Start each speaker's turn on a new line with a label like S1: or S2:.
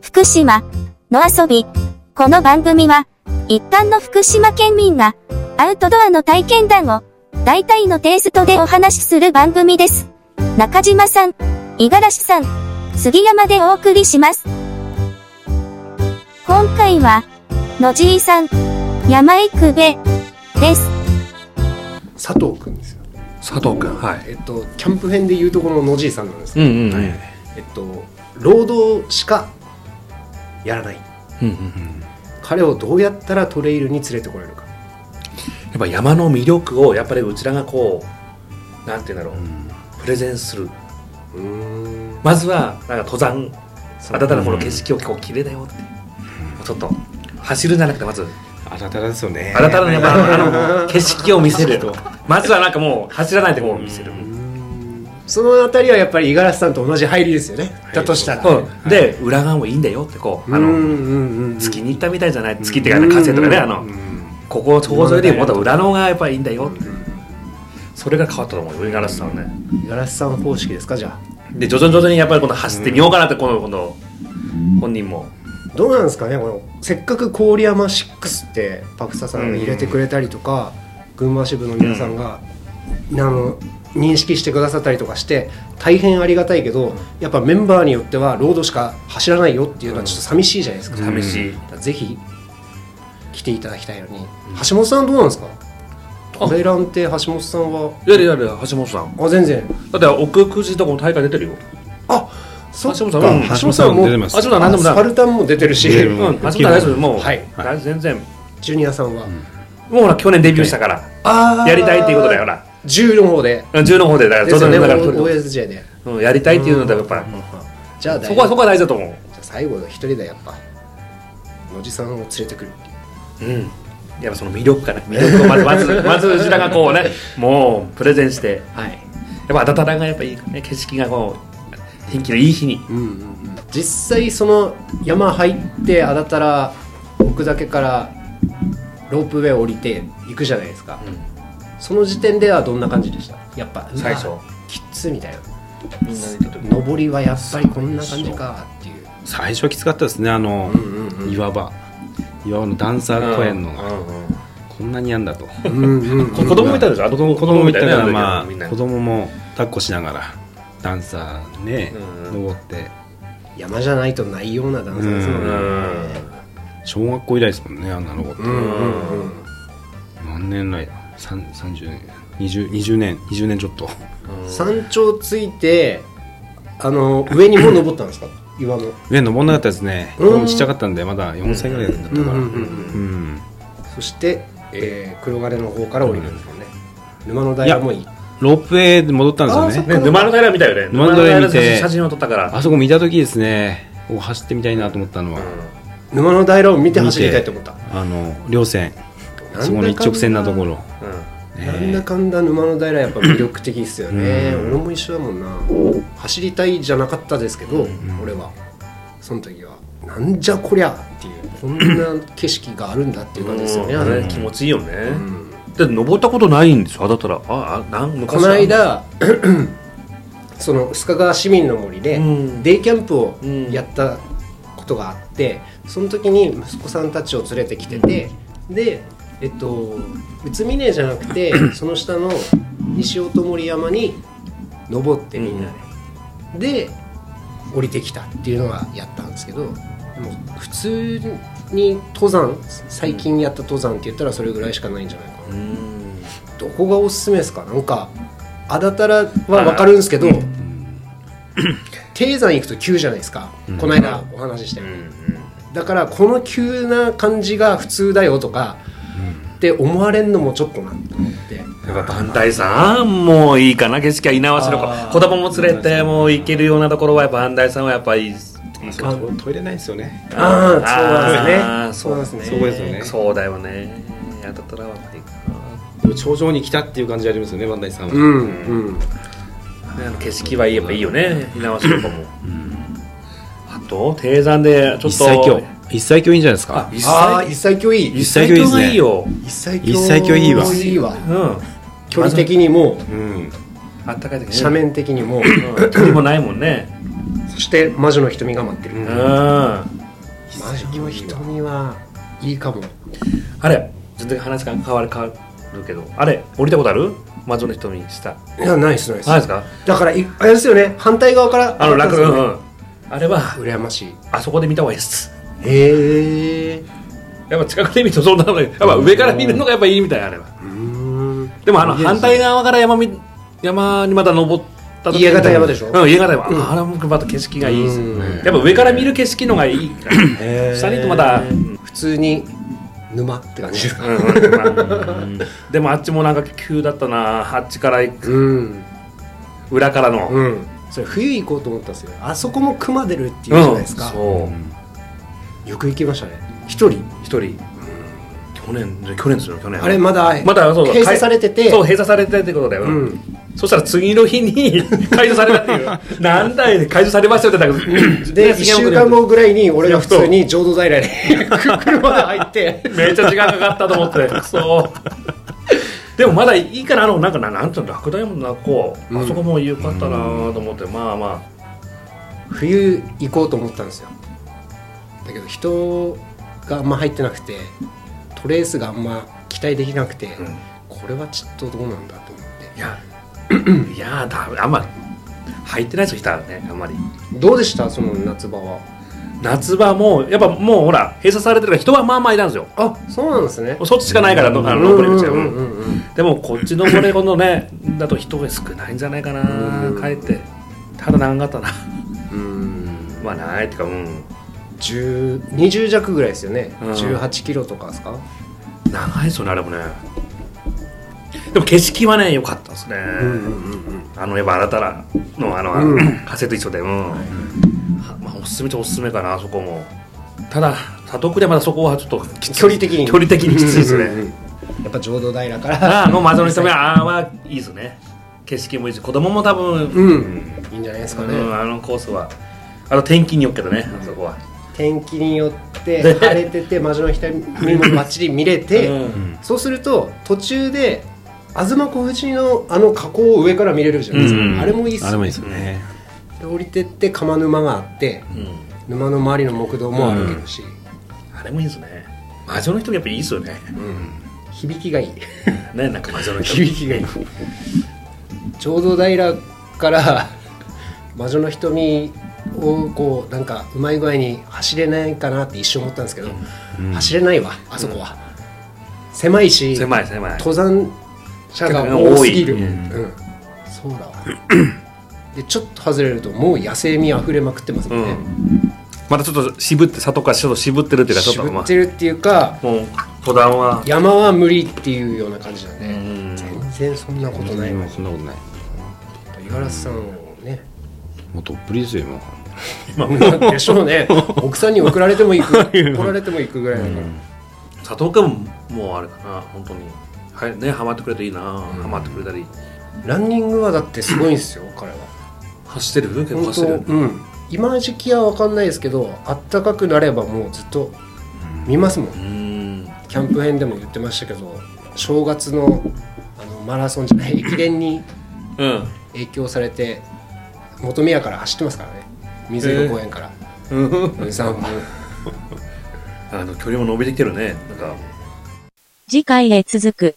S1: 福島の遊び。この番組は、一般の福島県民が、アウトドアの体験談を、大体のテイストでお話しする番組です。中島さん、五十嵐さん、杉山でお送りします。今回は、野じいさん、山井久部、です。
S2: 佐藤くんですよ。
S3: 佐藤君はい
S2: えっとキャンプ編でいうところの野じいさんなんですけ
S3: う
S2: ど、
S3: んうんうん
S2: えっと労働しかやらない。
S3: うんうんうん
S2: 彼をどうやったらトレイルに連れてこれるか。
S3: やっぱ山の魅力をやっぱりうちらがこうなんて言うんだろう、プレゼンする
S2: うーん。
S3: まずはなんか登山
S2: そう
S3: あなたのこの景色をこう綺麗だよって、ちょっと走るんじゃなくてまず
S4: あらたらですよね。
S3: あなたのやっぱあの景色を見せるまずはなんかもう走らないでこう見せる、
S2: うーんそのあたりはやっぱり五十嵐さんと同じ入りですよね。だとしたら。
S3: そうで、裏側もいいんだよってこうあ
S2: う
S3: の、
S2: んうんうんうん
S3: 月に行ったみたいじゃない月っていうかね火星とかねあの、
S2: うんうん
S3: ここを頂上よりもっと裏の方がやっぱりいいんだよって、それが変わったと思うよ五十嵐さんはね、
S2: 五十嵐さん方式ですかじゃあ。
S3: で徐々に徐々にやっぱり今度走ってみようかなって、この今度本人も
S2: どうなんですかねこのせっかく郡山6ってパクサさんが入れてくれたりとか、群馬支部の皆さんが、あの認識してくださったりとかして大変ありがたいけどやっぱメンバーによってはロードしか走らないよっていうのはちょっと寂しいじゃないですか,、
S3: 寂しい、
S2: ぜひ来ていただきたいのに、橋本さんどうなんですかトレランって橋本さんはい
S3: やいやいや橋本さん
S2: あ全然
S3: だって奥久慈とかも大会出てるよ
S2: あそっか
S3: 橋本さんは
S4: うん
S2: 橋本さんはも
S4: 橋本さん出て
S2: う
S4: ま
S3: 橋
S4: す
S3: 本さんは何でも
S2: スパ
S3: だ
S2: ルタンも出てるし、
S4: 出て
S3: う
S4: る
S3: ん橋本さんは大丈夫もう、
S2: はい
S3: 大全然
S2: ジュニアさんは、
S3: もうほら去年デビューしたから、
S2: あー
S3: やりたいっていうことだよほら
S2: 10の方で
S3: 10の方でだから
S2: ですよね、
S3: にだから、
S2: OSJ で。
S3: うんやりたいっていうのだからやっぱ、
S2: じゃあ、
S3: そこはそこは大事だと思う
S2: じゃあ最後の一人だ、やっぱ。野地さんを連れてくる。
S3: うんやっぱその魅力かね魅力をまずま ずまずうちらがこうねもうプレゼンして
S2: はい。
S3: やっぱ暖かがやっぱいいね景色がこう天気のいい日に
S2: うんうんうん。実際、その山入って、あだたら、奥岳からロープウェイ降りて行くじゃないですか。その時点ではどんな感じでしたやっぱ、うわ
S3: 最初。
S2: きっつみたいな。
S3: みんなで行った時
S2: 登りはやっぱりこんな感じかっていう。
S4: 最初はきつかったですね。あの、
S2: ん
S4: 岩場、岩場の段差越えんのが、こんなにやんだと。
S2: うんうん
S3: こ子供いたでしょあの子供
S4: 子供みたいな
S3: 子供みたいな
S4: まあ
S3: みんな
S4: 子供も抱っこしながら段差ね、
S3: うん
S4: 登って、
S2: 山じゃないとないような段差ですもんね。
S4: 小学校以来ですもんね。あんなのこと。
S2: うんうんうん。
S4: 何年来だ。三三十年、二十二十年、二十年ちょっと。
S2: 山頂ついてあの上にも登ったんですか岩の
S4: 上登んなかったですね。
S2: うん
S4: 子供ちっちゃかったんでまだ四歳ぐらいだったから。うん
S2: そして、えー、黒金の方から降りるんですよね、沼の台もいい
S4: ロープウェイで戻ったんですよね。
S3: ね沼の平見たよね
S4: 沼の平見て
S3: 沼平の写真を撮ったから
S4: あそこ見た時ですね。こう走ってみたいなと思ったのは。
S2: 沼の平を見て走りたいと思った
S4: あの稜線
S2: なんだかんだ
S4: そこの一直線なところね
S2: なんだかんだ沼の平やっぱ魅力的ですよね、俺も一緒だもんな走りたいじゃなかったですけど、俺はその時はなんじゃこりゃっていうこんな景色があるんだっていう感じですよね、あ
S3: うん
S2: れ
S3: ね気持ちいいよねだって登ったことないんでしょだったらああなん昔
S2: この間 その須賀川市民の森で、
S3: うん
S2: デイキャンプを
S3: うん
S2: やったことがあってその時に息子さんたちを連れてきてて、でえっと宇都宮じゃなく てその下の西大森山に登ってみんなで、で降りてきたっていうのはやったんですけどでも普通に登山最近やった登山って言ったらそれぐらいしかないんじゃないかな。
S3: うん
S2: どこがおすすめですかなんかあだたらは分かるんですけど、低山行くと急じゃないですか、この間お話ししたように、だからこの急な感じが普通だよとか、って思われんのもちょっとなって思って
S3: やっぱ団体さんもういいかな景色は猪苗
S2: あ
S3: 代
S2: ー
S3: 湖子供も連れてもう行けるようなところはやっぱ団体さんはやっぱいい
S4: トイレないですよね
S2: あ
S3: あー
S2: あそうなんですね
S4: そうですよね
S3: そうだよねやだったらやっぱいいかな
S4: でも頂上に来たっていう感じありますよね万代さんは、
S2: うんうん
S3: ねあの景色はいいやっぱいいよね猪苗代湖も、あと低山でちょ
S4: 一
S3: っと
S4: 切教一切教いいんじゃないですか
S3: 一
S2: ああ一切距離
S3: 一切教がいいよ、
S2: 一切
S4: 一切距離いいわ
S2: いいわ
S3: うん
S2: 距離的にも
S4: うん
S3: あったかい時ね
S2: 斜面的にも
S3: うん鳥もないもんね
S2: そして魔女の瞳が待ってる、
S3: うん
S2: マジの瞳はいいかも
S3: あれ全然話が変わる変わるけどあれ降りたことある魔女の瞳下
S2: いやないですないで
S3: あれですか
S2: だからいあれですよね反対側から
S3: あの楽
S2: う
S3: 園、
S2: ん
S3: うんあれは
S2: 羨ましい
S3: あそこで見た方がいいです
S2: へえ
S3: やっぱ近くで見るとそうなのよやっぱ上から見るのがやっぱいいみたいあれは
S2: うん
S3: でもあの
S2: いいですね
S3: 反対側から山見山にまた登った時に
S2: 家形山でしょ
S3: うん家形山、
S2: うん
S3: あれもまた景色がいいですよね
S2: うん
S3: やっぱ上から見る景色のがいいから
S2: へー
S3: 下に行くとまたうん
S2: 普通に沼って感じですか
S3: うんまあでもあっちもなんか急だったなあっちから行く
S2: うん
S3: 裏からの、
S2: うんそれ冬行こうと思ったんですよあそこも熊出るっていうじゃないですか、
S3: そう
S2: よく行きましたね一人
S3: 一人去年去年ですよ去年
S2: あれまだ
S3: またそうそう
S2: 閉鎖されてて
S3: そう閉鎖されてってことだよ、
S2: うん
S3: そしたら次の日に解除されたって いうなんだよ解除されましたよってなんか
S2: で
S3: ね
S2: 1週間後ぐらいに俺が普通に浄土在来に 車で入って
S3: めっちゃ時間かかったと思ってそうでもまだいいからあのなんかななんていうの落第もなこう、
S2: うん
S3: あそこもよかったなと思って、まあまあ
S2: 冬行こうと思ったんですよだけど人があんま入ってなくてトレースがあんま期待できなくて、
S3: ん
S2: これはちょっとどうなんだと思って
S3: いやいやだあんま入ってない人いたねあんまり
S2: どうでしたその夏場は
S3: 夏場もやっぱもうほら閉鎖されてるから人はまあまあいたんですよ
S2: あそうなんですね
S3: そっちしかないからのあの
S2: うん
S3: 登れ口
S2: う
S3: は
S2: んうんうん
S3: でもこっちの登れこのねだと人が少ないんじゃないか
S2: う
S3: なん帰ってただ長かったな
S2: うん
S3: まあないっていうかうん
S2: 10 20弱ぐらいですよね、
S3: うん
S2: 18キロとかですか
S3: 長いですよねあれもねでも景色はね良かったですね、
S2: うん
S3: あのやっぱあなたらのあの、
S2: うん
S3: カセット一緒でうん、はまあ、おすすめとおすすめかなあそこもただ他徳でまだそこはちょっときつい
S2: 距離的に
S3: 距離的にきついですね、
S2: うんうんうんやっぱ浄土平から
S3: ああの魔女の人目ああはいいですね景色もいいし子供も多分、
S2: うん、
S3: うん
S2: いいんじゃないですかね、
S3: うんあのコースはあの天気によっけどね、あそこは
S2: 天気によって晴れてて魔女の瞳もバッチリ見れて、
S3: うん
S2: そうすると途中で東小淵のあの河口を上から見れるじゃないですか、
S3: うん
S2: あれもいいっす
S4: あれもいい
S2: ね
S4: ですよね
S2: で降りてって釜沼があって
S3: うん
S2: 沼の周りの木道も歩けるし、
S3: あれもいいですね魔女の人もやっぱいいですよね
S2: 響きがいい
S3: ねなんか魔女の人
S2: 響きがいい浄土平から 魔女の瞳をこうなんかうまい具合に走れないかなって一瞬思ったんですけど、走れないわあそこは、狭いし
S3: 狭い狭い
S2: 登山者が多すぎる、
S3: 多
S2: う
S3: い
S2: ん
S3: う
S2: そうだわでちょっと外れるともう野生味あふれまくってます
S3: う
S2: もんね、
S3: んまたちょっと渋って里からちょっと渋ってるっていうかちょっと
S2: 渋
S3: ま
S2: ってるっていうか
S3: あもう登山は
S2: 山は無理っていうような感じだ
S3: う
S2: ね、
S3: ん
S2: 全然そんなことないわ
S4: そんなことない
S2: 五十嵐さんをね
S4: もうどっぷりですよ今
S2: でしょうね 奥さんに送られても 行く怒られても行くぐらいだから、
S3: 里君もうあれかな本当にはいねハマってくれていいなハマってくれたり
S2: ランニングはだってすごいんですよ彼は
S3: 走ってる結構
S2: 本
S3: 走ってる
S2: 当うん今の時期は分かんないですけどあったかくなればもうずっと見ますもん
S3: うん
S2: キャンプ編でも言ってましたけど正月のあのマラソンじゃ ない駅伝に
S3: うん
S2: 影響されて本宮から走ってますからね水色公園から、うん散歩
S3: あの距離も伸びてきてるねなんか
S5: 次回へ続く。